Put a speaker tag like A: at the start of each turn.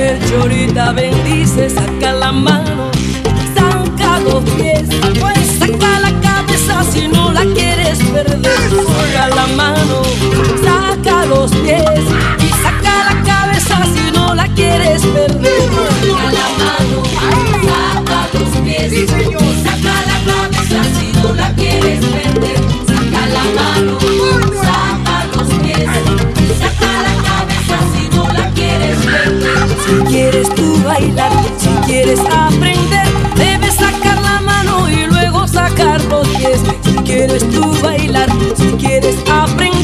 A: Señorita, bendice, saca la mano, saca los pies, pues saca la cabeza si no la quieres perder. Saca la mano, saca los pies y saca la cabeza si no la quieres perder. Saca la mano, saca los pies y saca la cabeza si no la quieres perder. Saca la mano, saca los pies y saca la cabeza si no la quieres perder. Si quieres tú bailar, si quieres aprender, debes sacar la mano y luego sacar los pies. Si quieres tú bailar, si quieres aprender,